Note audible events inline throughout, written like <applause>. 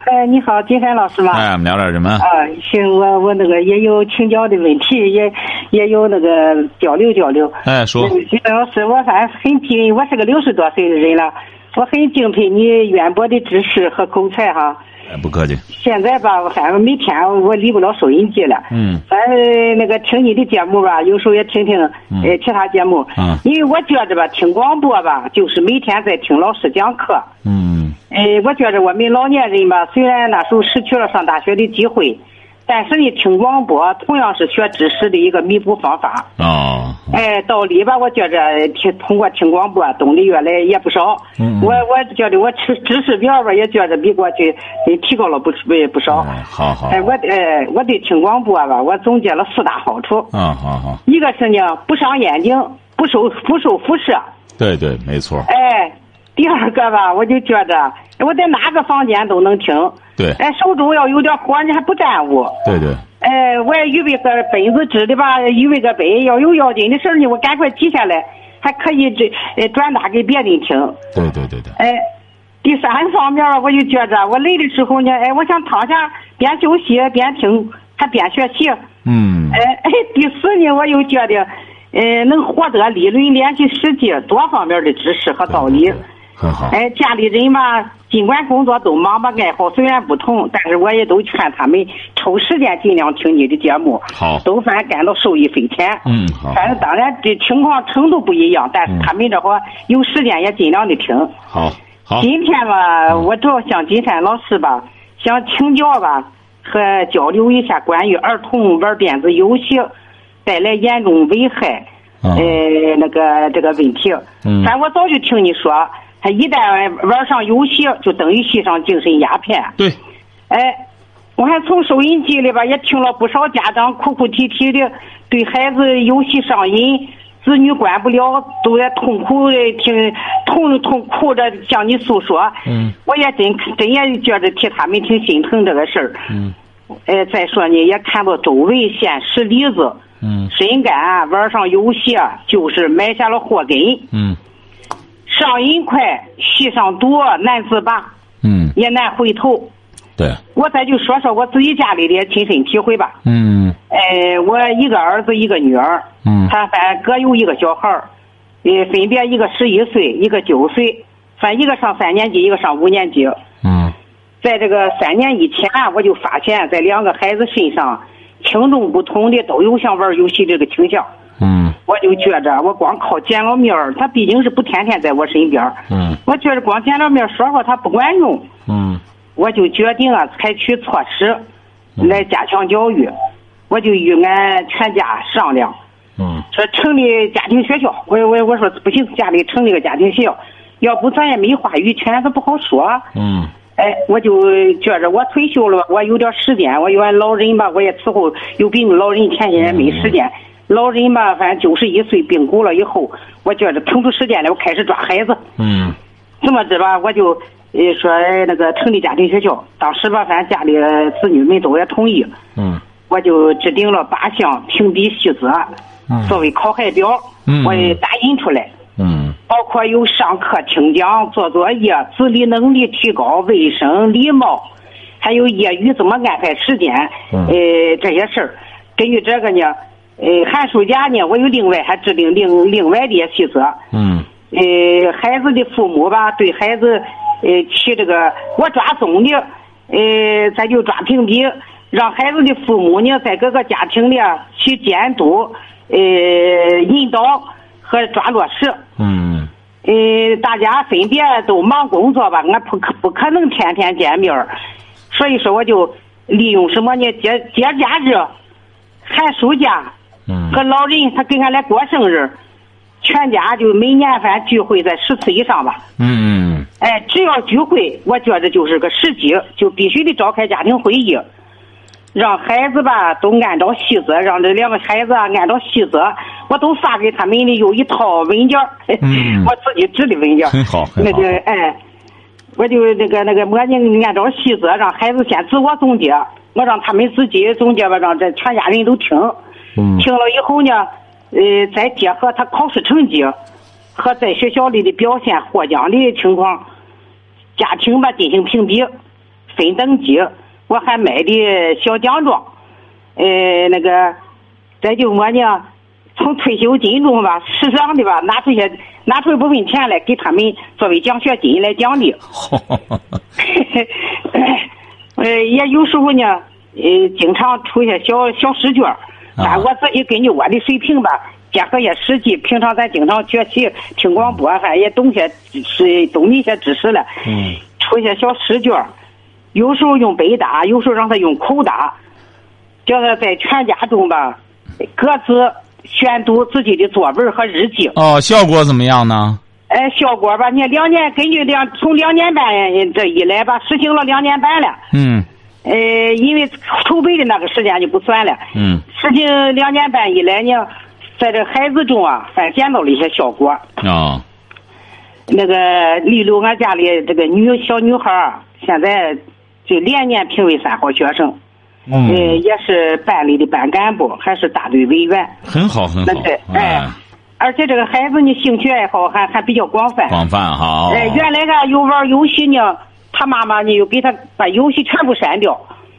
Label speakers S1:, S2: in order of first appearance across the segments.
S1: 哎，你好，金山老师吗？
S2: 哎，我们聊点什么？
S1: 啊，行，我我那个也有青椒的问题，也也有那个交流交流。
S2: 哎，说。
S1: 金山老师，我还很敬，我是个六十多岁的人了，我很敬佩你渊博的知识和口才哈。
S2: 哎，不客气。
S1: 现在吧，反正每天我离不了收音机了。
S2: 嗯。
S1: 反正那个听你的节目吧，有时候也听听呃其他节目。
S2: 嗯
S1: 因为我觉着吧，听广播吧，就是每天在听老师讲课。
S2: 嗯
S1: 哎，我觉着我们老年人吧，虽然那时候失去了上大学的机会，但是呢，听广播同样是学知识的一个弥补方法。
S2: 哦，
S1: 哎，道理吧，我觉着听通过听广播懂得越来也不少。
S2: 嗯嗯
S1: 我我觉得我知知识面吧，也觉着比过去呃提高了不不不少。
S2: 哎好好。
S1: 哎，我哎我对听广播吧，我总结了四大好处，
S2: 啊，好好，
S1: 一个是呢不伤眼睛，不受不受辐射。
S2: 对对，没错，
S1: 哎，第二个吧，我就觉着我在哪个房间都能听。
S2: 对
S1: 哎，手中要有点活儿，你还不耽误。
S2: 对对，
S1: 哎，我也预备个本子纸的吧，预备个本，要有要紧的事儿呢，我赶快记下来，还可以这呃转达给别人听。
S2: 对对对对，
S1: 哎，第三方面儿我就觉着我累的时候呢，哎，我想躺下边休息边听，还边学习。
S2: 嗯
S1: 哎， <laughs> 哎，第四呢，我又觉得，呃，能获得理论、联系实际多方面的知识和道理。
S2: 对对对很好，
S1: 哎，家里人嘛，尽管工作都忙吧，爱好虽然不同，但是我也都劝他们抽时间尽量听你的节目，
S2: 好
S1: 都反正感到受益匪浅。
S2: 哦嗯好
S1: 反正当然这情况程度不一样，但是
S2: 嗯
S1: 他们这会儿有时间也尽量的听。
S2: 好，好，
S1: 今天吧，我主要向金山老师吧，想请教吧和交流一下关于儿童玩电子游戏带来严重危害，
S2: 嗯
S1: 呃，那个这个问题。
S2: 嗯
S1: 反正我早就听你说，他一旦玩上游戏，就等于吸上精神鸦片。
S2: 对，
S1: 哎，我还从收音机里边也听了不少家长哭哭啼啼的，对孩子游戏上瘾，子女管不了，都在痛苦的听痛痛哭着向你诉说。
S2: 嗯，
S1: 我也真真也觉得替他们挺心疼这个事儿。
S2: 嗯
S1: 哎，再说呢，也看到周围现实例子，
S2: 嗯
S1: 谁敢玩上游戏啊，就是埋下了祸根，
S2: 嗯
S1: 上瘾快，戏上多，难自拔，
S2: 嗯，
S1: 也难回头。
S2: 对，
S1: 我再就说说我自己家里的亲身体会吧。
S2: 嗯
S1: 呃，我一个儿子，一个女儿，
S2: 嗯
S1: 他反正各有一个小孩儿，呃，分别一个十一岁，一个九岁，反正一个上三年级，一个上五年级。
S2: 嗯，
S1: 在这个三年以前啊，我就发现，在两个孩子身上，轻重不同的都有想玩游戏这个倾向。
S2: 嗯
S1: 我就觉着，啊我光靠见了面儿，他毕竟是不天天在我身边儿，
S2: 嗯
S1: 我觉着光见了面儿说话他不管用。
S2: 嗯
S1: 我就决定啊，采取措施来加强教育。我就与俺全家商量，
S2: 嗯，
S1: 说成立家庭学校。我我我说不行，家里成立个家庭学校，要不咱也没话语权，咱不好说。
S2: 嗯
S1: 哎，我就觉着我退休了，我有点时间，我有俺老人吧，我也伺候有病的老人，前些年没时间。老人吧，反正九十一岁病故了以后，我觉着腾出时间来，我开始抓孩子。
S2: 嗯
S1: 这么着吧，我就呃说哎那个成立家庭学校，当时吧，咱家里呃子女们都也同意，
S2: 嗯
S1: 我就制定了八项评比细则
S2: 嗯，
S1: 作为考核表，
S2: 嗯
S1: 我也打印出来，
S2: 嗯
S1: 包括有上课听讲、做作业、自理能力提高、卫生、礼貌，还有业余怎么安排时间，
S2: 嗯
S1: 呃这些事儿。根据这个呢，呃寒暑假呢，我又另外还制定另另外的一些细则，
S2: 嗯
S1: 呃，孩子的父母吧，对孩子，呃，起这个我抓总的，呃，咱就抓评比，让孩子的父母呢，在各个家庭里啊去监督，呃，引导和抓落实。
S2: 嗯
S1: 呃，大家分别都忙工作吧，俺不可不可能天天见面儿，所以说我就利用什么呢？节节假日、寒暑假，
S2: 嗯
S1: 和老人他给俺来过生日，全家就每年反正聚会在十次以上吧。
S2: 嗯
S1: 哎，只要聚会，我觉着就是个时机，就必须得召开家庭会议。让孩子吧都按照细则，让这两个孩子啊按照细则，我都发给他们的有一套文件儿， <laughs>
S2: 嗯
S1: 我自己制的文件儿。
S2: 很好很好
S1: <laughs> 那个哎，我就那个那个，我就按照细则让孩子先自我总结，我让他们自己总结吧，让这全家人都听。
S2: 嗯
S1: 听了以后呢，呃，再结合他考试成绩和在学校里的表现、获奖的情况，家庭吧进行评比，分等级。我还买的小奖状，呃，那个，再就我呢，从退休金中吧，适当的吧，拿出些拿出一部分钱来给他们作为奖学金来奖励。 <laughs> 呃，也有时候呢，呃，经常出些小小试卷儿，
S2: 啊
S1: 但我自己根据我的水平吧，结合一些实际，平常咱经常学习听广播，反正也懂些是懂一些知识了，
S2: <laughs> 嗯，
S1: 出一些小试卷儿，有时候用白打，有时候让他用口打，叫他在全家中吧，各自宣读自己的作文和日记。
S2: 哦，效果怎么样呢？
S1: 哎，效果吧，你看两年根据两从两年半这一来吧，实行了两年半了。
S2: 嗯
S1: 呃，因为筹备的那个时间就不算了。
S2: 嗯，
S1: 实际两年半以来呢，在这孩子中啊，咱见到了一些效果。
S2: 哦，
S1: 那个，例如俺家里这个女小女孩儿，现在就连年评为三好学生，呃，
S2: 嗯，
S1: 也是班里的班干部，还是大队委员。
S2: 很好很
S1: 那
S2: 好
S1: 对，，哎
S2: 哎，，
S1: 而且这个孩子呢，兴趣爱好还还比较广泛。
S2: 广泛哈。哦
S1: 哎，原来啊，有玩游戏呢，他妈妈呢又给他把游戏全部删掉。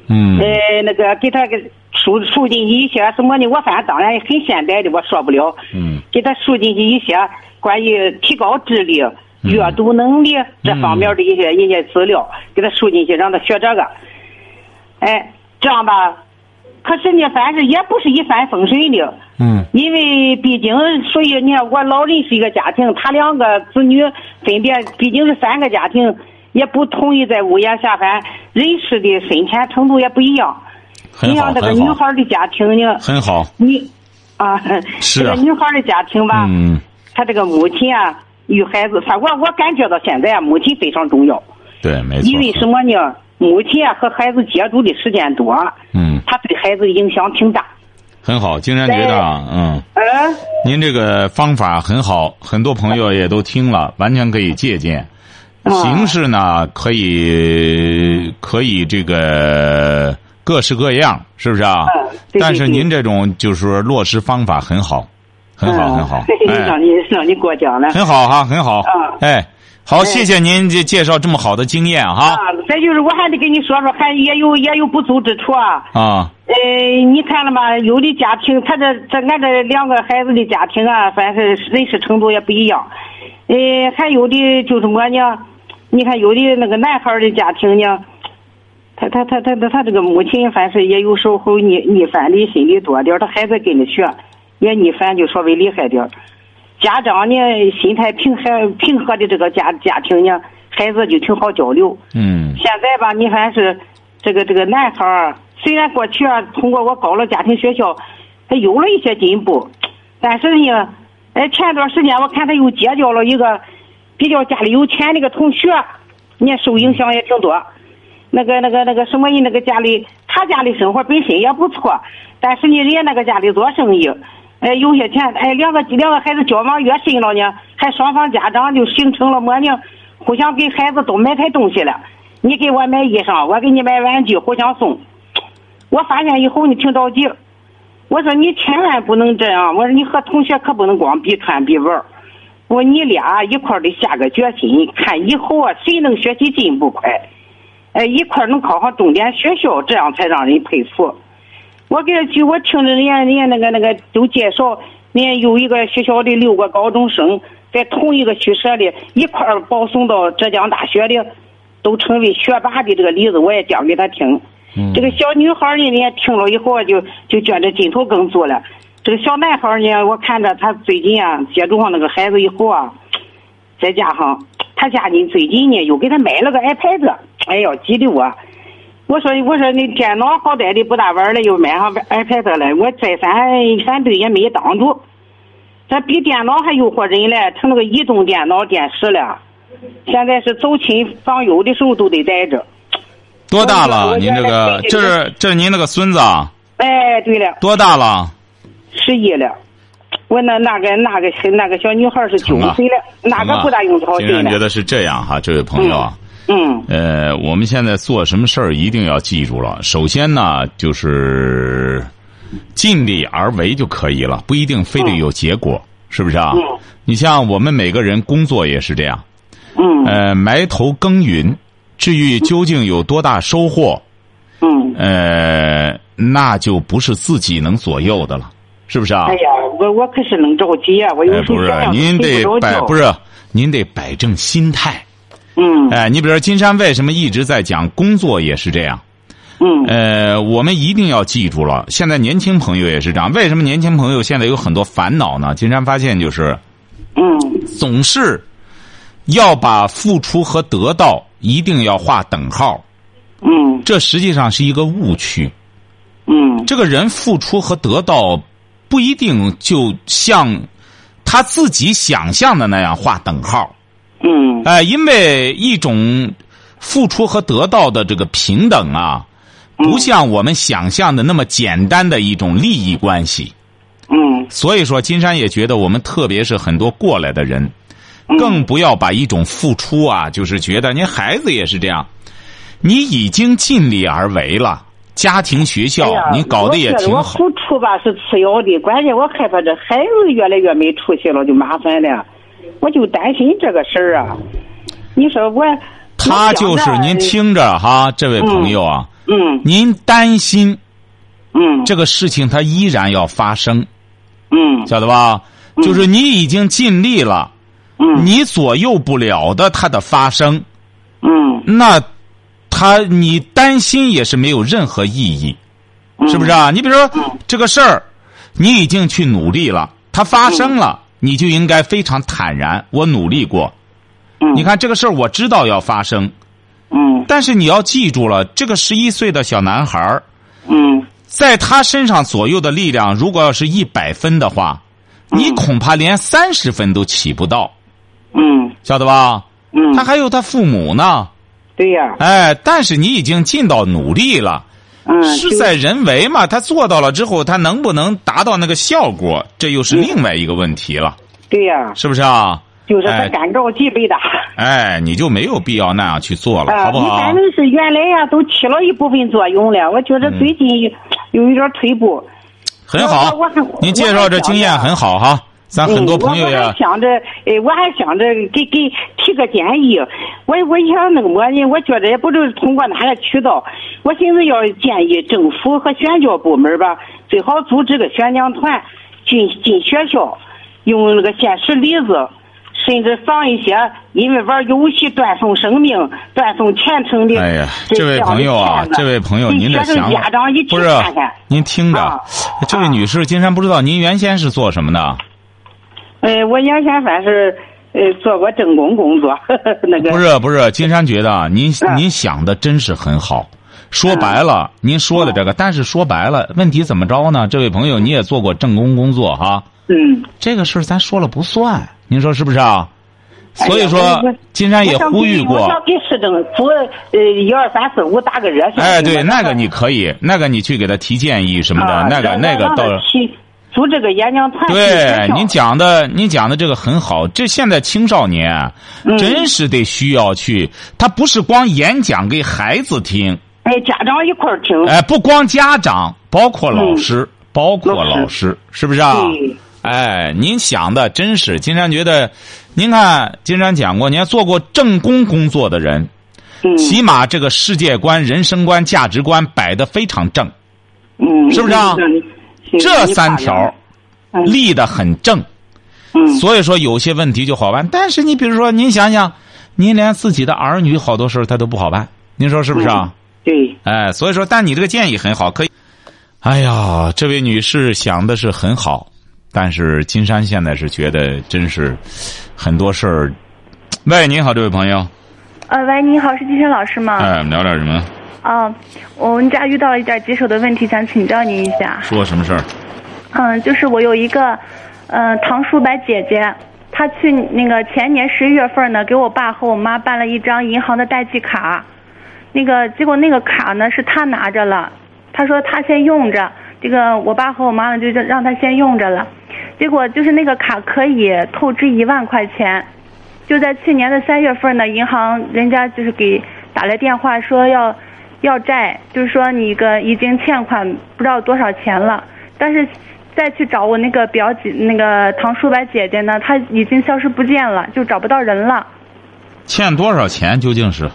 S2: 嗯
S1: 呃，那个给他给输输进去一些什么呢？我反正当然很现代的，我说不了。
S2: 嗯，
S1: 给他输进去一些关于提高智力、
S2: 嗯
S1: 阅读能力这方面的一些一些资料，给他输进去，让他学这个。哎，这样吧，可是呢，反正也不是一帆风顺的。
S2: 嗯
S1: 因为毕竟属于你看，我老人是一个家庭，他两个子女分别毕竟是三个家庭，也不同意在屋檐下凡，认识的深浅程度也不一样。
S2: 很
S1: 你
S2: 好
S1: 像这个
S2: 很
S1: 女
S2: 好
S1: 孩的家庭呢，
S2: 很好。
S1: 你啊， <laughs>
S2: 是啊
S1: 这个女孩的家庭吧，
S2: 嗯
S1: 她这个母亲啊与孩子，反正我我感觉到现在啊，母亲非常重要，
S2: 对，没错。
S1: 因为什么呢？母亲啊和孩子接触的时间多，
S2: 嗯，
S1: 她对孩子影响挺大。
S2: 很好。金山觉得啊，嗯，
S1: 嗯、
S2: 您这个方法很好，很多朋友也都听了，完全可以借鉴。
S1: 嗯
S2: 形式呢，可以可以这个各式各样，是不是啊？
S1: 嗯对对
S2: 但是
S1: 对
S2: 您这种就是说落实方法很好，很好，很好
S1: 嗯，
S2: 哎
S1: <laughs> 让，你让你过奖了。 <laughs>
S2: 很好哈，很好
S1: 嗯，
S2: 哎，好，谢谢您介介绍这么好的经验哈
S1: 啊，再就是我还得跟你说说，还也有也有不足之处啊。
S2: 啊，
S1: 呃，你看了吗？有的家庭，他这这俺这两个孩子的家庭啊，反正是认识程度也不一样。呃，还有的就是么呢？你看有的那个男孩儿的家庭呢，他他他他他他这个母亲，反正也有时候逆逆反的心理多点儿，他孩子跟着学，也逆反就稍微厉害点儿。家长呢，心态平和平和的这个家家庭呢，孩子就挺好交流。
S2: 嗯
S1: 现在吧，你还是这个这个男孩儿，虽然过去啊通过我搞了家庭学校，他有了一些进步，但是呢，哎，前段时间我看他又结交了一个比较家里有钱的一个同学，你看受影响也挺多。那个、那个、那个什么人，那个家里，他家里生活本身也不错，但是呢，人家那个家里做生意，哎，有些钱，哎，两个两个孩子交往越深了呢，还双方家长就形成了么呢，互相给孩子都买台东西了，你给我买衣裳，我给你买玩具，互相送。我发现以后你挺着急，我说你千万不能这样，我说你和同学可不能光比穿比玩儿我说你俩一块儿得下个决心，看以后啊谁能学习进步快。哎，一块儿能考上重点学校，这样才让人佩服。我给他举，我听着人家人家那个那个都介绍，人家有一个学校的六个高中生在同一个宿舍里一块儿保送到浙江大学的，都成为学霸的这个例子，我也讲给他听。
S2: 嗯
S1: 这个小女孩儿呢，人家听了以后啊就就觉得劲头更足了。这个小男孩儿呢，我看着他最近啊接触上那个孩子以后啊，再加上他家里最近呢又给他买了个 iPad，哎呦，急的我。我说我说你电脑好歹的不大玩了，又买上 iPad 了，我再反反对也没挡住。这比电脑还诱惑人嘞，成那个移动电脑电视了。现在是走亲访友的时候都得带着。
S2: 多大了？
S1: 我
S2: 您这个这是这是您那个孙子啊？
S1: 哎，对了，
S2: 多大了？
S1: 十一了。我那那个那个那个小女孩是九岁了，
S2: 啊
S1: 哪个不大用操
S2: 经
S1: 心
S2: 常啊觉
S1: 了？
S2: 得是这样哈，这位朋友啊，
S1: 嗯
S2: 呃，我们现在做什么事儿一定要记住了。首先呢，就是尽力而为就可以了，不一定非得有结果，是不是啊？
S1: 嗯
S2: 你像我们每个人工作也是这样，
S1: 嗯
S2: 呃，埋头耕耘，至于究竟有多大收获，啊
S1: 嗯。
S2: 呃，那就不是自己能左右的了，是不是啊？
S1: 哎呀，我我可是能着急呀、啊我有
S2: 哎
S1: 时候
S2: 不是
S1: 想，想
S2: 您
S1: 睡
S2: 得
S1: 不着
S2: 摆
S1: 觉
S2: 不是，您得摆正心态。
S1: 嗯
S2: 哎，你比如说，金山为什么一直在讲工作也是这样？
S1: 嗯
S2: 呃，我们一定要记住了，现在年轻朋友也是这样。为什么年轻朋友现在有很多烦恼呢？金山发现就是
S1: 嗯
S2: 总是要把付出和得到一定要划等号，
S1: 嗯
S2: 这实际上是一个误区。
S1: 嗯
S2: 这个人付出和得到不一定就像他自己想象的那样划等号。
S1: 嗯
S2: 哎、因为一种付出和得到的这个平等啊，不像我们想象的那么简单的一种利益关系。
S1: 嗯
S2: 所以说，金山也觉得我们特别是很多过来的人，
S1: 嗯
S2: 更不要把一种付出啊，就是觉得您孩子也是这样，你已经尽力而为了，家庭学校
S1: 哎呀
S2: 你搞得也
S1: 我觉
S2: 挺
S1: 我
S2: 好。
S1: 付出吧是次要的，关键我害怕这孩子越来越没出息了，就麻烦了，我就担心这个事儿啊。你说我，
S2: 他
S1: 我想
S2: 就是
S1: 着哎
S2: 您，听着哈，这位朋友啊，
S1: 嗯
S2: 您担心
S1: 嗯
S2: 这个事情它依然要发生，
S1: 嗯
S2: 晓得吧？就是你已经尽力了，
S1: 嗯
S2: 你左右不了的它的发生，
S1: 嗯，
S2: 那他你担心也是没有任何意义，
S1: 嗯
S2: 是不是啊？你比如说这个事儿，你已经去努力了，它发生了，你就应该非常坦然，我努力过。
S1: 嗯
S2: 你看这个事儿，我知道要发生，
S1: 嗯
S2: 但是你要记住了，这个十一岁的小男孩儿，
S1: 嗯
S2: 在他身上左右的力量，如果要是一百分的话，你恐怕连三十分都起不到，
S1: 嗯
S2: 晓得吧？
S1: 嗯
S2: 他还有他父母呢，
S1: 对呀、
S2: 哎，但是你已经尽到努力了，
S1: 嗯，
S2: 事
S1: 就
S2: 在人为嘛。他做到了之后，他能不能达到那个效果，这又
S1: 嗯
S2: 是另外一个问题了，
S1: 对呀、
S2: 是不是啊？
S1: 就是他
S2: 哎
S1: 干着急呗的。
S2: 哎，你就没有必要那样去做了，
S1: 啊，
S2: 好不
S1: 你
S2: 好
S1: 反？正是原来呀、都起了一部分作用了，我觉得
S2: 嗯
S1: 最近有有一点退步。
S2: 很好
S1: 我我很，
S2: 您介绍这经验很好哈。咱很多朋友
S1: 嗯、我我还
S2: 呀，
S1: 想着，哎，我还想着给给提个建议。我我想那个么呢？我觉着也不知道通过哪个渠道，我寻思要建议政府和宣教部门吧，最好组织个宣讲团进进学校，用那个现实例子，甚至放一些因为玩游戏断送生命、断送前程的。
S2: 哎呀，
S1: 这
S2: 这位
S1: 样的
S2: 朋友啊
S1: 片，子
S2: 这位朋友，
S1: 给
S2: 您这
S1: 学生
S2: 想
S1: 家
S2: 法
S1: 长一起
S2: 不是啊
S1: 看看。？
S2: 您听着
S1: 啊，
S2: 这位女士，金山不知道您原先是做什么的？
S1: 呃，我原先反是呃做过政工工作， <laughs> 那个
S2: 不是不是，金山觉得啊，您
S1: 嗯
S2: 您想的真是很好。说白了，您说的这
S1: 嗯
S2: 个，但是说白了，问题怎么着呢？这位朋友，你也做过正工工作哈，
S1: 嗯，
S2: 这个事儿咱说了不算，您说是不是啊？
S1: 哎呀
S2: 所以
S1: 我
S2: 说
S1: 我，
S2: 金山也
S1: 我想
S2: 呼
S1: 给
S2: 吁过。
S1: 我想给市政府呃一二三四五打个热线。
S2: 哎，对，那个你可以，那个你去给他提建议什么的，
S1: 啊
S2: 那个
S1: 让
S2: 那个
S1: 让
S2: 到
S1: 他去组织个演讲团。
S2: 对您，讲的，您讲的这个很好。这现在青少年啊，
S1: 嗯
S2: 真是得需要去，他不是光演讲给孩子听，
S1: 哎，家长一块儿听。
S2: 哎，不光家长，包括老
S1: 嗯
S2: 师，包括
S1: 老师嗯
S2: 老师，是不是啊
S1: 对？
S2: 哎，您想的真是，金山觉得，您看，金山讲过，你看做过正工工作的人，
S1: 嗯
S2: 起码这个世界观、人生观、价值观摆得非常正。
S1: 嗯，
S2: 是不是啊
S1: 嗯？
S2: 这三条
S1: 嗯
S2: 立得很正，
S1: 嗯
S2: 所以说有些问题就好办。但是你比如说，您想想，您连自己的儿女好多事儿他都不好办，您说是不是
S1: 嗯
S2: 啊？
S1: 对，
S2: 哎，所以说，但你这个建议很好，可以。哎呀，这位女士想的是很好，但是金山现在是觉得真是很多事儿。喂，您好，这位朋友，
S3: 呃，喂，你好，是金山老师吗？
S2: 哎，我们聊点什么？
S3: 啊，我们家遇到了一点棘手的问题，想请教您一下。
S2: 说什么事儿？
S3: 嗯，就是我有一个，呃，堂叔伯姐姐，她去那个前年十一月份呢，给我爸和我妈办了一张银行的代记卡，那个结果那个卡呢是他拿着了，他说他先用着，这个我爸和我妈呢就让让他先用着了，结果就是那个卡可以透支一万块钱，就在去年的三月份呢，银行人家就是给打来电话说要要债，就是说你个已经欠款不知道多少钱了，但是。再去找我那个表姐、那个唐叔白姐姐呢，她已经消失不见了，就找不到人了。
S2: 欠多少钱究竟是？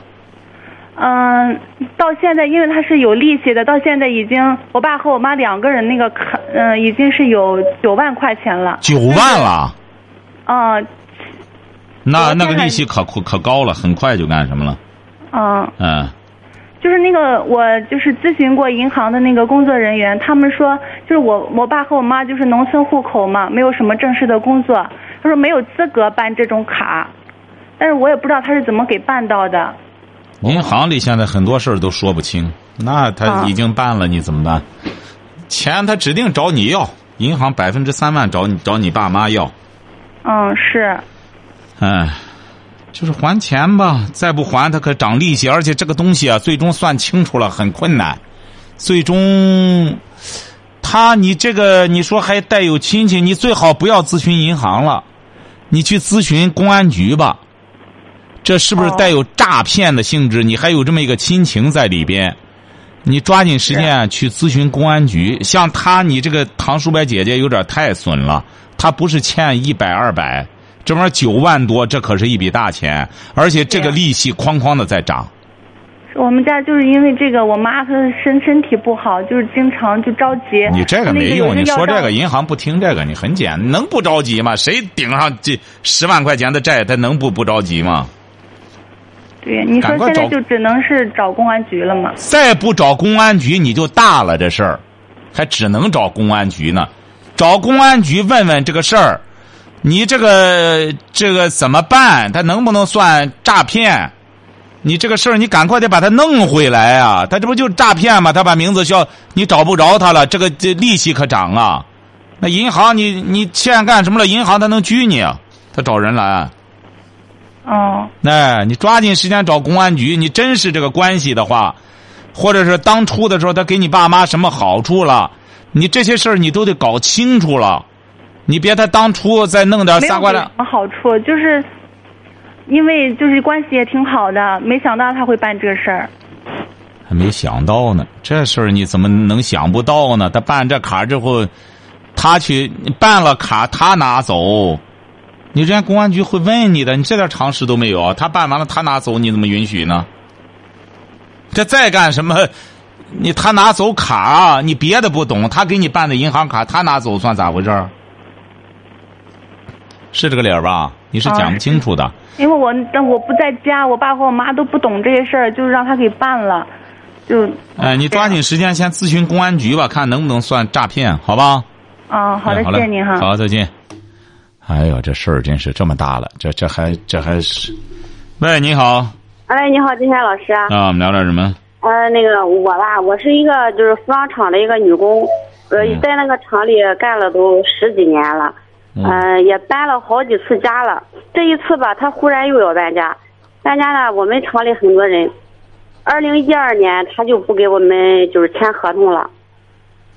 S3: 嗯，到现在，因为他是有利息的，到现在已经，我爸和我妈两个人那个卡，嗯、已经是有九万块钱了。
S2: 九万了，
S3: 嗯
S2: 那
S3: 我
S2: 那个
S3: 现在
S2: 利息可可可高了，很快就干什么了？
S3: 嗯，
S2: 嗯，
S3: 就是那个我就是咨询过银行的那个工作人员，他们说就是我我爸和我妈就是农村户口嘛，没有什么正式的工作，他说没有资格办这种卡，但是我也不知道他是怎么给办到的。
S2: 银行里现在很多事儿都说不清，那他
S3: 啊
S2: 已经办了，你怎么办？钱他指定找你要，银行百分之三万找你找你爸妈要，
S3: 嗯，是，
S2: 哎，就是还钱吧，再不还他可涨利息，而且这个东西啊，最终算清楚了很困难，最终，他你这个你说还带有亲戚，你最好不要咨询银行了，你去咨询公安局吧，这是不是
S3: 哦
S2: 带有诈骗的性质？你还有这么一个亲情在里边。你抓紧时间啊去咨询公安局。像他，你这个唐叔白姐姐有点太损了，她不是欠一百二百，这玩意儿九万多，这可是一笔大钱，而且这个
S3: 对啊
S2: 利息哐哐的在涨。
S3: 我们家就是因为这个，我妈她身身体不好，就是经常就着急。
S2: 你这个
S3: 她那
S2: 没用，
S3: 有
S2: 你
S3: 时候
S2: 说
S3: 要
S2: 这
S3: 到
S2: 个银行不听这个，你很简，能不着急吗？谁顶上这十万块钱的债，他能不不着急吗？
S3: 对，你说
S2: 赶快
S3: 现在
S2: 找
S3: 就只能是找公安局了嘛？
S2: 再不找公安局你就大了，这事儿还只能找公安局呢。找公安局问问这个事儿，你这个这个怎么办？他能不能算诈骗？你这个事儿，你赶快得把他弄回来啊！他这不就是诈骗吗？他把名字叫你找不着他了，这个这利息可涨啊！那银行你你欠干什么了？银行他能拘你啊？他找人来啊、
S3: 哦，
S2: 哎，你抓紧时间找公安局。你真是这个关系的话，或者是当初的时候他给你爸妈什么好处了，你这些事儿你都得搞清楚了。你别他当初再弄点
S3: 没有
S2: 仨瓜
S3: 什
S2: 俩。
S3: 么好处，就是因为就是关系也挺好的，没想到他会办这事儿。
S2: 还没想到呢，这事儿你怎么能想不到呢？他办这卡之后，他去办了卡，他拿走，你人家公安局会问你的，你这点常识都没有。啊他办完了，他拿走，你怎么允许呢？这再干什么？你他拿走卡，你别的不懂，他给你办的银行卡，他拿走算咋回事儿？是这个理儿吧？你是
S3: 啊
S2: 讲不
S3: 是
S2: 清楚的。
S3: 因为我但我不在家，我爸和我妈都不懂这些事儿，就让他给办了，就
S2: 哎，你抓紧时间先咨询公安局吧，看能不能算诈骗，好吧？
S3: 啊、好的，
S2: 嗯好
S3: 谢
S2: 嘞
S3: 谢您哈。
S2: 好，再见。哎呦，这事儿真是这么大了，这这还这还是。喂，你好，
S4: 哎，你好，金山老师啊。
S2: 啊，我们聊点什么？
S4: 呃，那个我吧，我是一个就是服装厂的一个女工，呃
S2: 嗯，
S4: 在那个厂里干了都十几年了，
S2: 嗯
S4: 呃，也搬了好几次家了。这一次吧，她忽然又要搬家，搬家呢，我们厂里很多人。二零一二年，她就不给我们就是签合同了。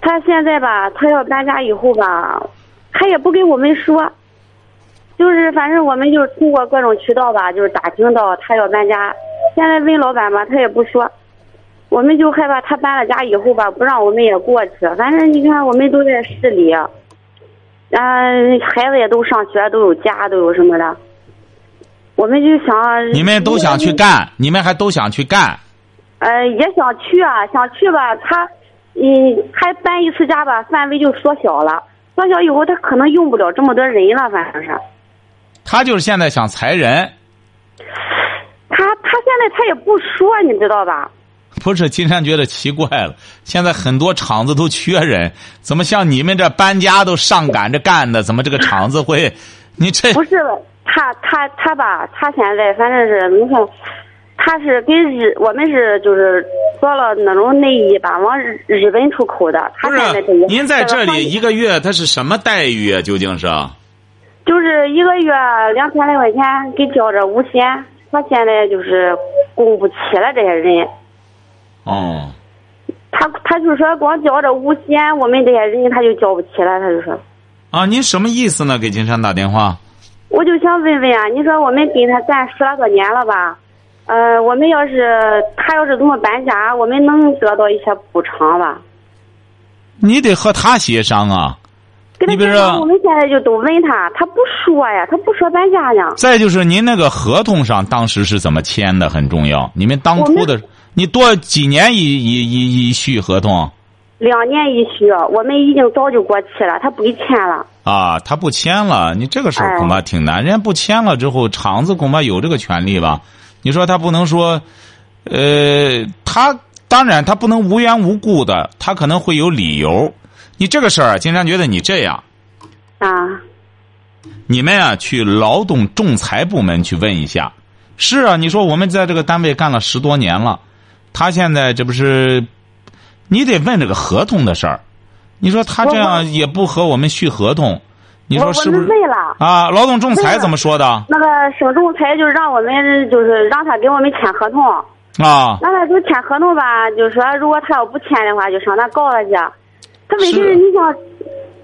S4: 她现在吧，她要搬家以后吧，她也不给我们说，就是反正我们就是通过各种渠道吧，就是打听到她要搬家。现在问老板吧，他也不说。我们就害怕他搬了家以后吧，不让我们也过去。反正你看，我们都在市里，嗯、孩子也都上学，都有家，都有什么的。我们就想，
S2: 你们都想去干，你们还都想去干，
S4: 呃，也想去啊，想去吧。他，嗯，他搬一次家吧，范围就缩小了。缩小以后，他可能用不了这么多人了，反正是。
S2: 他就是现在想裁人，
S4: 他他现在他也不说，你知道吧？
S2: 不是？金山觉得奇怪了，现在很多厂子都缺人，怎么像你们这搬家都上赶着干的，怎么这个厂子会？你这
S4: 不是他他他吧，他现在反正是你看，他是跟日我们是就是做了那种内衣吧，往日日本出口的。他
S2: 不
S4: 现在
S2: 是
S4: 这个
S2: 您在这
S4: 个方
S2: 里一个月他是什么待遇啊？究竟是？
S4: 就是一个月两千来块钱给交着五险，他现在就是供不起了这些人。
S2: 哦，
S4: 他他就说光交着五险，我们这些人他就交不起了，他就说。
S2: 啊，您什么意思呢？给金山打电话？
S4: 我就想问问啊，你说我们跟他咱十来个年了吧？呃，我们要是他要是这么搬家，我们能得到一些补偿吧？
S2: 你得和他协商啊。
S4: 跟他
S2: 你比如
S4: 说，
S2: 说
S4: 我们现在就都问他，他不说呀，他不说搬家呢。
S2: 再就是您那个合同上当时是怎么签的很重要。你们当初
S4: 我
S2: 的，你多几年一一一一续合同
S4: 两年一续，我们已经早就过期了，他不给签了。
S2: 啊？他不签了，你这个事儿
S4: 哎
S2: 恐怕挺难。人家不签了之后，厂子恐怕有这个权利吧？你说他不能说，呃，他当然他不能无缘无故的，他可能会有理由。你这个事儿啊，经常觉得你这样，
S4: 啊，
S2: 你们啊去劳动仲裁部门去问一下。是啊，你说我们在这个单位干了十多年了，他现在这不是，你得问这个合同的事儿。你说他这
S4: 我我
S2: 样也不和我们续合同，你说
S4: 我
S2: 是
S4: 我
S2: 不
S4: 们
S2: 是？
S4: 问了，
S2: 啊，劳动仲
S4: 问
S2: 裁
S4: 了
S2: 怎么说的
S4: 那个省仲裁就让我们就是让他给我们签合同，
S2: 啊？
S4: 让他给我签合同吧，就说如果他要不签的话，就上那告他去。啊他问题
S2: 是
S4: 是，你想，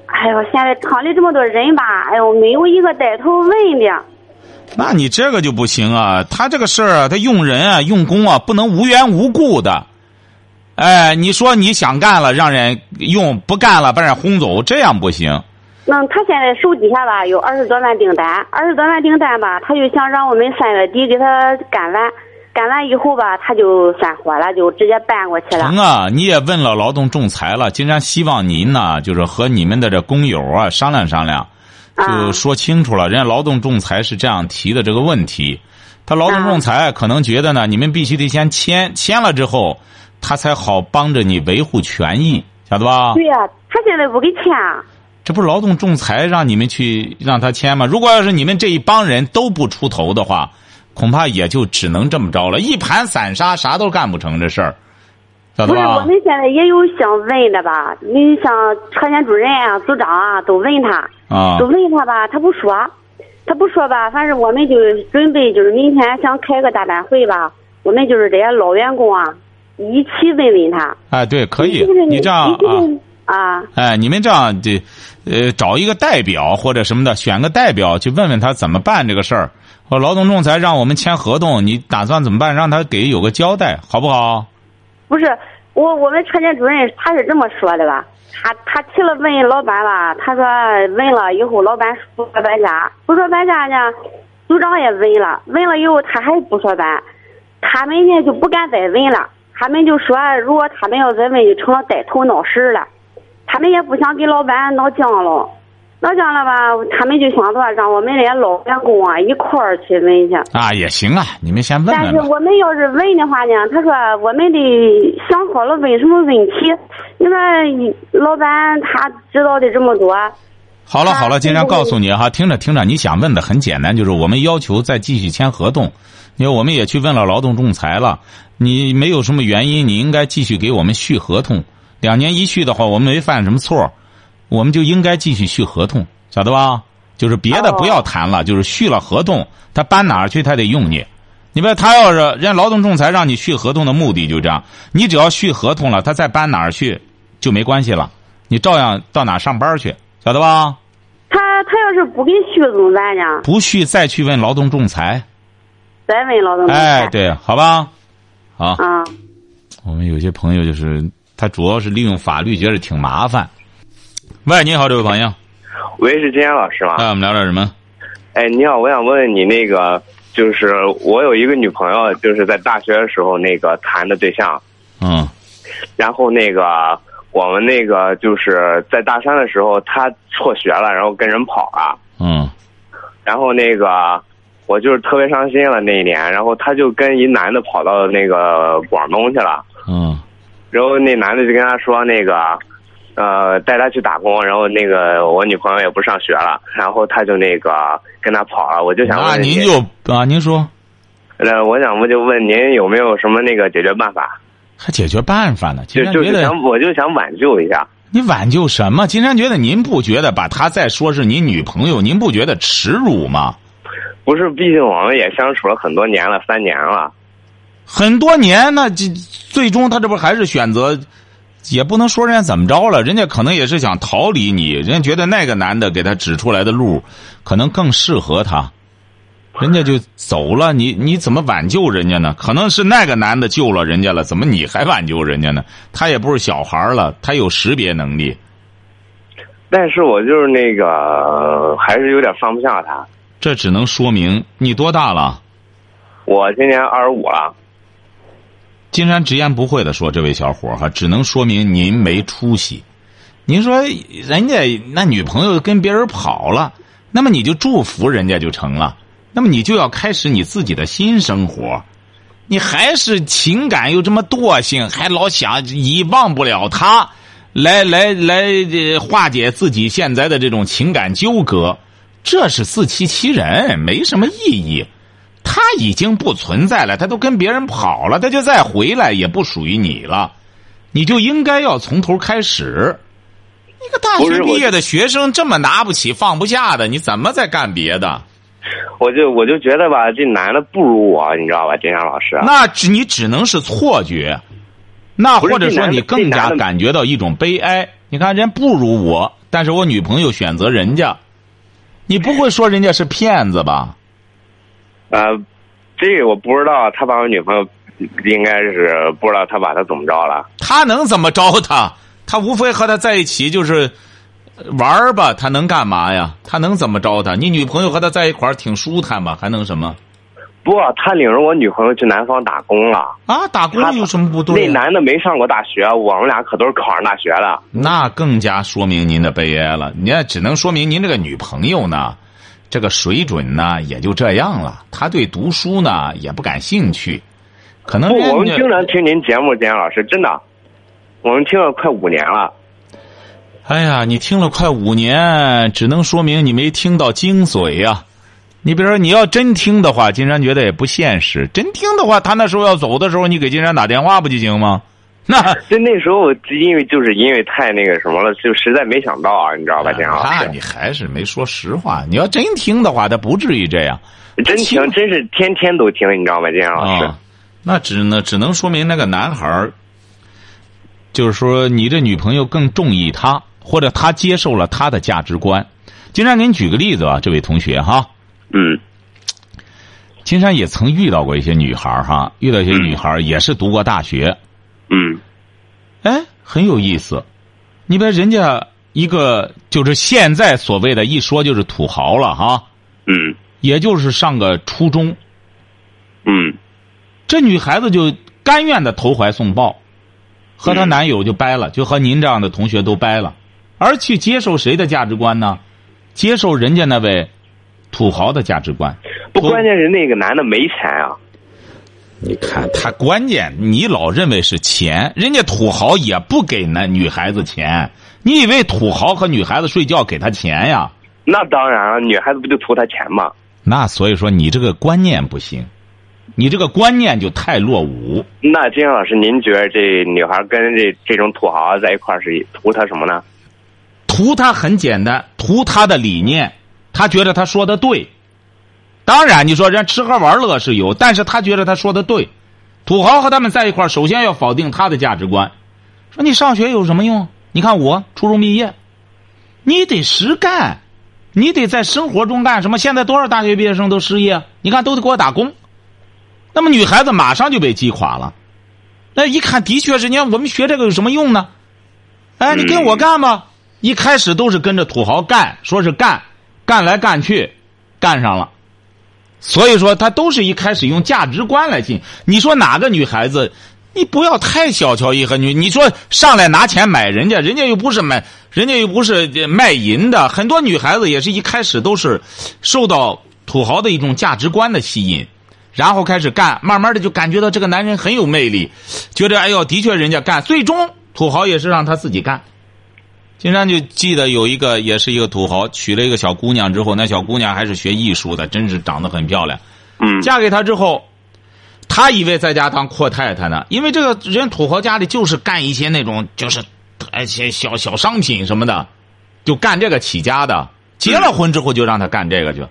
S4: 哎呦，现在厂里这么多人吧，哎呦，没有一个带头问的。
S2: 那你这个就不行啊！他这个事儿啊，他用人啊、用工啊，不能无缘无故的。哎，你说你想干了，让人用；不干了，把人轰走，这样不行。
S4: 那他现在手底下吧有二十多万订单，二十多万订单吧，他就想让我们三月底给他赶完，赶完以后吧，他就散伙了，就直接搬过去了
S2: 成。啊，你也问了劳动仲裁了，竟然希望您呢，就是和你们的这工友啊商量商量，就
S4: 啊
S2: 说清楚了。人家劳动仲裁是这样提的这个问题，他劳动仲
S4: 啊
S2: 裁可能觉得呢，你们必须得先签，签了之后，他才好帮着你维护权益，晓得吧？
S4: 对呀、他现在不给签啊，
S2: 这不是劳动仲裁让你们去让他签吗？如果要是你们这一帮人都不出头的话，恐怕也就只能这么着了，一盘散沙，啥都干不成这事儿，晓得
S4: 不
S2: 吧？
S4: 是我们现在也有想问的吧？你像车间主任啊、组长啊，都问他，
S2: 啊
S4: 都问他吧，他不说，他不说吧，反正我们就是准备就是明天想开个大班会吧，我们就是这些老员工啊，一起问问他。
S2: 哎，对，可以
S4: 就是，
S2: 你这样
S4: 一
S2: 啊，
S4: 定啊
S2: 哎，你们这样这，呃，找一个代表或者什么的，选个代表去问问他怎么办这个事儿。和劳动仲裁让我们签合同，你打算怎么办？让他给有个交代，好不好？
S4: 不是我，我们车间主任他是这么说的吧？他他提了问老板吧，他说问了以后，老板不说搬家，不说搬家呢，组长也问了，问了以后他还不说搬，他们呢就不敢再问了，他们就说如果他们要再问，就成了带头闹事了，他们也不想给老板闹僵了。闹僵了吧，他们就想着让我们这些老员工啊一块儿去问去。
S2: 啊，也行啊，你们先问
S4: 但
S2: 问
S4: 是
S2: 吧。
S4: 我们要是问的话呢，他说我们得想好了问什么问题。你说老板他知道的这么多，
S2: 好了
S4: 啊
S2: 好了，金山
S4: 这个
S2: 告诉你哈，听着听着，你想问的很简单，就是我们要求再继续签合同，因为我们也去问了劳动仲裁了，你没有什么原因，你应该继续给我们续合同，两年一续的话，我们没犯什么错，我们就应该继续续合同，晓得吧？就是别的
S4: 哦
S2: 不要谈了，就是续了合同，他搬哪儿去他得用你。你别，他要是人家劳动仲裁让你续合同的目的就这样，你只要续合同了，他再搬哪儿去就没关系了，你照样到哪儿上班去，晓得吧？
S4: 他他要是不给续怎么办呢？
S2: 不续再去问劳动仲裁。
S4: 再问老总。
S2: 哎，。对，好吧，好，
S4: 啊、
S2: 我们有些朋友就是他主要是利用法律，觉得挺麻烦。喂，你好，这位朋友，
S5: 喂，是金山老师吗？
S2: 哎，我们聊点什么？
S5: 哎，你好，我想问问你那个，就是我有一个女朋友，就是在大学的时候那个谈的对象，
S2: 嗯，
S5: 然后那个我们那个就是在大三的时候，她辍学了，然后跟人跑了，
S2: 嗯，
S5: 然后那个我就是特别伤心了那一年，然后她就跟一男的跑到那个广东去了，
S2: 嗯，
S5: 然后那男的就跟她说那个。呃，带她去打工，然后那个我女朋友也不上学了，然后她就那个跟他跑了。我就想问
S2: 那
S5: 问你
S2: 您就啊，您说
S5: 那呃我想问，就问您有没有什么那个解决办法？
S2: 还解决办法呢？金山
S5: 就就
S2: 觉
S5: 是
S2: 得
S5: 想，我就想挽救一下。
S2: 你挽救什么？金山觉得您不觉得把她再说是您女朋友，您不觉得耻辱吗？
S5: 不是，毕竟我们也相处了很多年了，三年了。
S2: 很多年，那这最终他这不还是选择，也不能说人家怎么着了，人家可能也是想逃离你，人家觉得那个男的给他指出来的路，可能更适合他，人家就走了。你你怎么挽救人家呢？可能是那个男的救了人家了，怎么你还挽救人家呢？他也不是小孩了，他有识别能力，
S5: 但是我就是那个还是有点放不下他。
S2: 这只能说明你多大了？
S5: 我今年二十五了，
S2: 金山直言不讳的说，这位小伙儿哈，只能说明您没出息。您说人家那女朋友跟别人跑了，那么你就祝福人家就成了，那么你就要开始你自己的新生活。你还是情感又这么惰性，还老想以忘不了他，来来来呃化解自己现在的这种情感纠葛，这是自欺欺人，没什么意义。他已经不存在了，他都跟别人跑了，他就再回来也不属于你了，你就应该要从头开始。一个大
S5: 不
S2: 学
S5: 是我
S2: 毕业的学生这么拿不起放不下的，你怎么再干别的？
S5: 我就我就觉得吧，这男的不如我，你知道吧，金山老师。啊
S2: 那只你只能是错觉，那
S5: 不是
S2: 或者
S5: 这
S2: 说
S5: 男的
S2: 你更
S5: 这男
S2: 加
S5: 的
S2: 感觉到一种悲哀。你看人不如我，但是我女朋友选择人家，你不会说人家是骗子吧？
S5: 呃，这个我不知道，他把我女朋友应该是不知道他把她怎么着了。
S2: 他能怎么着他？他无非和他在一起就是呃玩儿吧，他能干嘛呀？他能怎么着他？你女朋友和他在一块儿挺舒坦吧？还能什么
S5: 不，他领着我女朋友去南方打工了。
S2: 啊？打
S5: 他
S2: 工有什么不对
S5: 那
S2: 啊、
S5: 男的没上过大学，我们俩可都是考上大学的。
S2: 那更加说明您的悲哀了。你看，只能说明您这个女朋友呢，这个水准呢也就这样了。她对读书呢也不感兴趣，可能
S5: 不，我们
S2: 人家
S5: 经常听您节目，金山老师，真的，我们听了快五年了。
S2: 哎呀，你听了快五年，只能说明你没听到精髓呀、你比如说，你要真听的话，金山觉得也不现实。真听的话，他那时候要走的时候，你给金山打电话不就行吗？那
S5: 就那时候，我因为就是因为太那个什么了，就实在没想到啊，你知道吧，金山老
S2: 那
S5: 师，
S2: 你还是没说实话。你要真听的话，他不至于这样
S5: 真听，真是天天都听，你知道吗，金山老
S2: 啊、
S5: 师？
S2: 那只能只能说明那个男孩儿，就是说你这女朋友更中意他，或者他接受了他的价值观。金山给你举个例子吧，这位同学哈。
S5: 嗯
S2: 金山也曾遇到过一些女孩儿哈，遇到一些女孩儿也是读过大学，
S5: 嗯
S2: 哎，很有意思。你别人家一个就是现在所谓的一说就是土豪了哈，
S5: 嗯
S2: 也就是上个初中，
S5: 嗯
S2: 这女孩子就甘愿的投怀送抱，和她
S5: 嗯
S2: 男友就掰了，就和您这样的同学都掰了，而去接受谁的价值观呢？接受人家那位土豪的价值观。
S5: 不，
S2: 不
S5: 关键是那个男的没钱啊。
S2: 你看他，关键你老认为是钱，人家土豪也不给那女孩子钱。你以为土豪和女孩子睡觉给他钱呀？
S5: 那当然了，女孩子不就图他钱吗？
S2: 那所以说你这个观念不行，你这个观念就太落伍。
S5: 那金山老师，您觉得这女孩跟这这种土豪啊在一块儿是图他什么呢？
S2: 图他很简单，图他的理念，他觉得他说的对。当然，你说人家吃喝玩乐是有，但是他觉得他说的对。土豪和他们在一块儿，首先要否定他的价值观，说你上学有什么用？你看我初中毕业，你得实干，你得在生活中干什么？现在多少大学毕业生都失业，你看都得给我打工。那么女孩子马上就被击垮了。那一看，的确是，你看我们学这个有什么用呢？哎，你跟我干吧。一开始都是跟着土豪干，说是干，干来干去，干上了。所以说，他都是一开始用价值观来进。你说哪个女孩子，你不要太小瞧一和女。你说上来拿钱买人家，人家又不是买，人家又不是呃卖淫的。很多女孩子也是一开始都是受到土豪的一种价值观的吸引，然后开始干，慢慢的就感觉到这个男人很有魅力，觉得哎呦，的确人家干。最终土豪也是让他自己干。金山就记得有一个也是一个土豪娶了一个小姑娘之后，那小姑娘还是学艺术的，真是长得很漂亮。
S5: 嗯
S2: 嫁给他之后，他以为在家当阔太太呢，因为这个人土豪家里就是干一些那种就是而且小小商品什么的，就干这个起家的。结了婚之后就让他干这个去，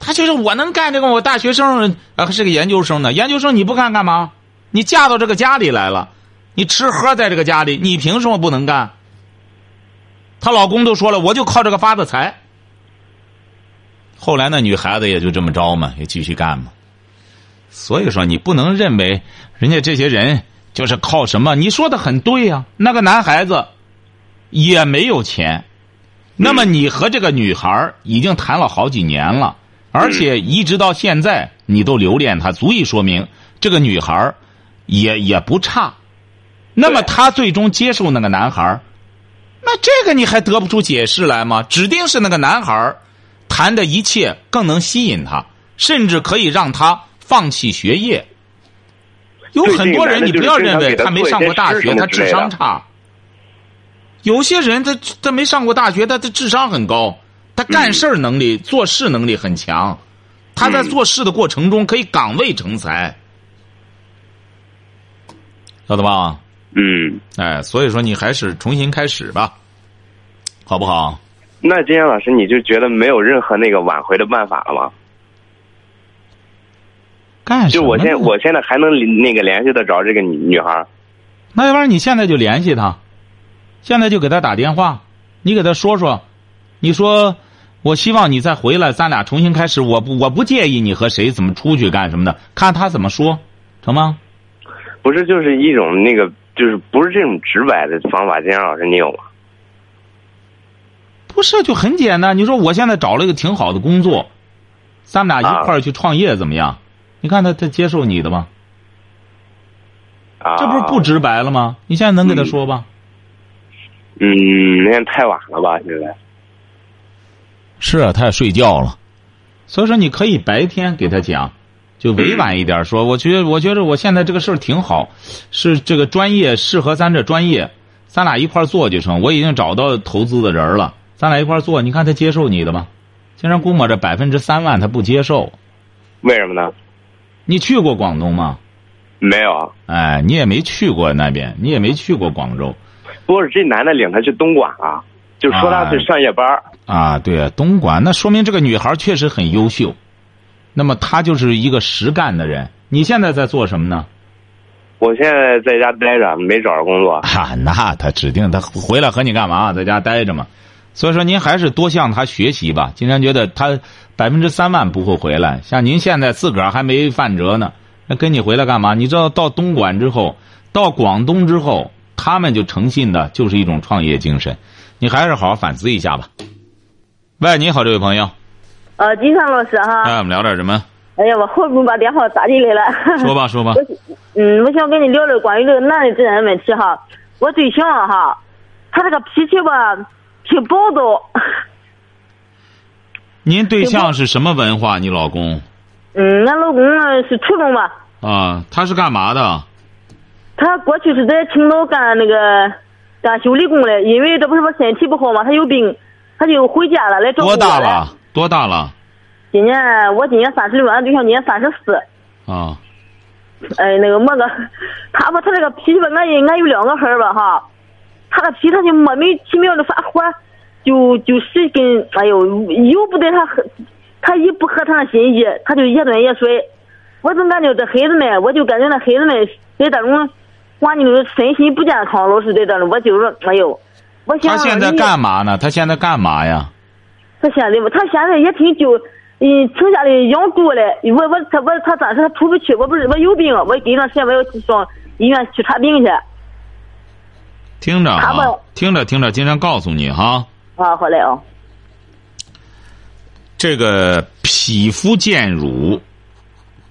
S2: 他觉得我能干这个，我大学生呃还是个研究生呢，研究生你不干干嘛？你嫁到这个家里来了，你吃喝在这个家里，你凭什么不能干？她老公都说了，我就靠这个发的财。后来那女孩子也就这么着嘛，也继续干嘛。所以说，你不能认为人家这些人就是靠什么？你说的很对呀、那个男孩子也没有钱，那么你和这个女孩儿已经谈了好几年了，而且一直到现在你都留恋她，足以说明这个女孩儿也也不差。那么她最终接受那个男孩儿，那这个你还得不出解释来吗？指定是那个男孩儿谈的一切更能吸引她，甚至可以让她放弃学业。有
S5: 对
S2: 很多人，你
S5: 这个男的
S2: 不
S5: 就是
S2: 要认
S5: 经常
S2: 为
S5: 给她
S2: 他没
S5: 做一
S2: 上
S5: 些
S2: 过大
S5: 吃
S2: 学，
S5: 什么
S2: 他
S5: 之
S2: 智
S5: 类
S2: 商
S5: 的
S2: 差。有些人他他没上过大学，他他智商很高，他
S5: 嗯
S2: 干事儿能力、做事能力很强，他在做事的过程中可以岗位成才，晓得吧？
S5: 嗯，
S2: 哎，所以说你还是重新开始吧，好不好？
S5: 那金阳老师，你就觉得没有任何那个挽回的办法了吗？
S2: 干 <laughs> 什
S5: 就
S2: 么呢？
S5: 我现在我现在还能那个联系得着这个女女孩儿？
S2: 那要不然你现在就联系他，现在就给他打电话，你给他说说，你说我希望你再回来，咱俩重新开始。我不我不介意你和谁怎么出去干什么的，看他怎么说，成吗？
S5: 不是，就是一种那个，就是不是这种直白的方法。金阳老师，你有吗？
S2: 不是，就很简单。你说我现在找了一个挺好的工作，咱们俩一块儿去创业怎么样？你看他他接受你的吗？
S5: 啊，
S2: 这不是不直白了吗？你现在能给他说吧？
S5: 嗯，那太晚了吧？现在
S2: 是啊，他也睡觉了，所以说你可以白天给他讲，就委婉一点说，我觉得我觉得我现在这个事儿挺好，是这个专业适合咱这专业，咱俩一块儿做就成。我已经找到投资的人了，咱俩一块儿做，你看他接受你的吗？竟然估摸着百分之三万他不接受。
S5: 为什么呢？
S2: 你去过广东吗？
S5: 没有，啊
S2: 哎，你也没去过那边，你也没去过广州
S5: 不是这男的领她去东莞啊，就说她去上夜班儿。
S2: 啊？对啊，东莞，那说明这个女孩确实很优秀，那么她就是一个实干的人。你现在在做什么呢？
S5: 我现在在家待着，没找着工作。
S2: <laughs> 啊，那他指定他回来和你干嘛？啊在家待着嘛。所以说，您还是多向他学习吧。金山觉得他百分之三万不会回来，像您现在自个儿还没犯辙呢，那跟你回来干嘛？你知道到东莞之后，到广东之后，他们就诚信的就是一种创业精神。你还是好好反思一下吧。喂，你好，这位朋友，
S4: 呃，金山老师哈，
S2: 哎，我们聊点什么？
S4: 哎呀，我后面把电话打进来了。
S2: 说吧，说吧。
S4: <laughs> 嗯，我想跟你聊聊关于这个男的这人问题哈。我对象啊哈，他这个脾气吧挺暴躁， <laughs>
S2: 您对象是什么文化？你老公
S4: 嗯，俺老公呢是初中吧，
S2: 啊，他是干嘛的？
S4: 他过去是在青岛干那个干修理工的，因为这不是我身体不好嘛，他有病，他就回家了来照顾我
S2: 多大
S4: 了？
S2: 了？多大了？
S4: 今年我今年三十六，俺对象今年三十四。
S2: 啊，
S4: 哎，那个么个，他吧，他这个脾气吧，俺也俺有两个孩儿吧哈，他的脾气他就莫名其妙的发火，就就是跟哎呦，由不得他合，他一不合他的心意，他就越蹲越摔。我总感觉这孩子们，我就感觉那孩子们在这种，我那种身心不健康，老是在这种，我就是哎呦，我
S2: 他
S4: 想
S2: 现在
S4: 你
S2: 干嘛呢？他现在干嘛呀？
S4: 他现在吧，他现在也挺就，嗯，城下里养猪嘞。我我他我他暂时还出不去，我不是我有病，啊我给段时间我要去上医院去查病去。
S2: 听着
S4: 他
S2: 啊
S4: 们，
S2: 听着听着，金山告诉你哈，
S4: 啊，好嘞啊，
S2: 这个匹夫见辱，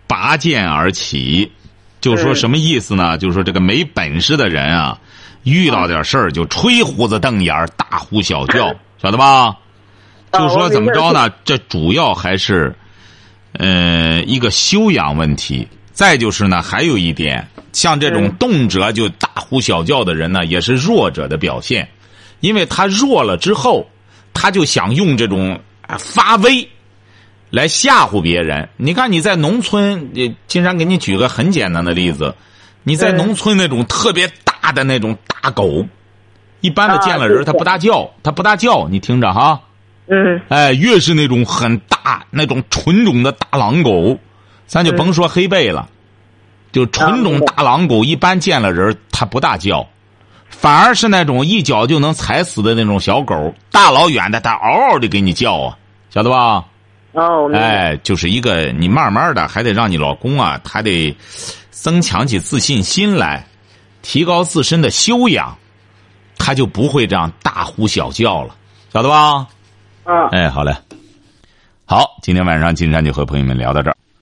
S2: 拔剑而起，就说什么意思呢？就说这个没本事的人啊，遇到点事儿就吹胡子瞪眼儿，大呼小叫，晓得吧？就说怎么着呢？这主要还是，呃，一个修养问题。再就是呢，还有一点，像这种动辄就大呼小叫的人呢，也是弱者的表现，因为他弱了之后，他就想用这种啊发威来吓唬别人。你看你在农村，呃金山给你举个很简单的例子，你在农村那种特别大的那种大狗，一般的
S4: 啊
S2: 见了
S4: 对
S2: 人它不大叫，它不大叫，你听着哈。
S4: 嗯，
S2: 哎，越是那种很大、那种纯种的大狼狗，咱就甭说黑背了，就纯种大狼狗，一般见了人它不大叫，反而是那种一脚就能踩死的那种小狗，大老远的它嗷嗷的给你叫啊，晓得吧？
S4: 哦，我明白。
S2: 哎，就是一个你慢慢的还得让你老公啊，他得增强起自信心来，提高自身的修养，他就不会这样大呼小叫了，晓得吧？
S4: 嗯。
S2: 哎，好嘞。好，今天晚上金山就和朋友们聊到这儿。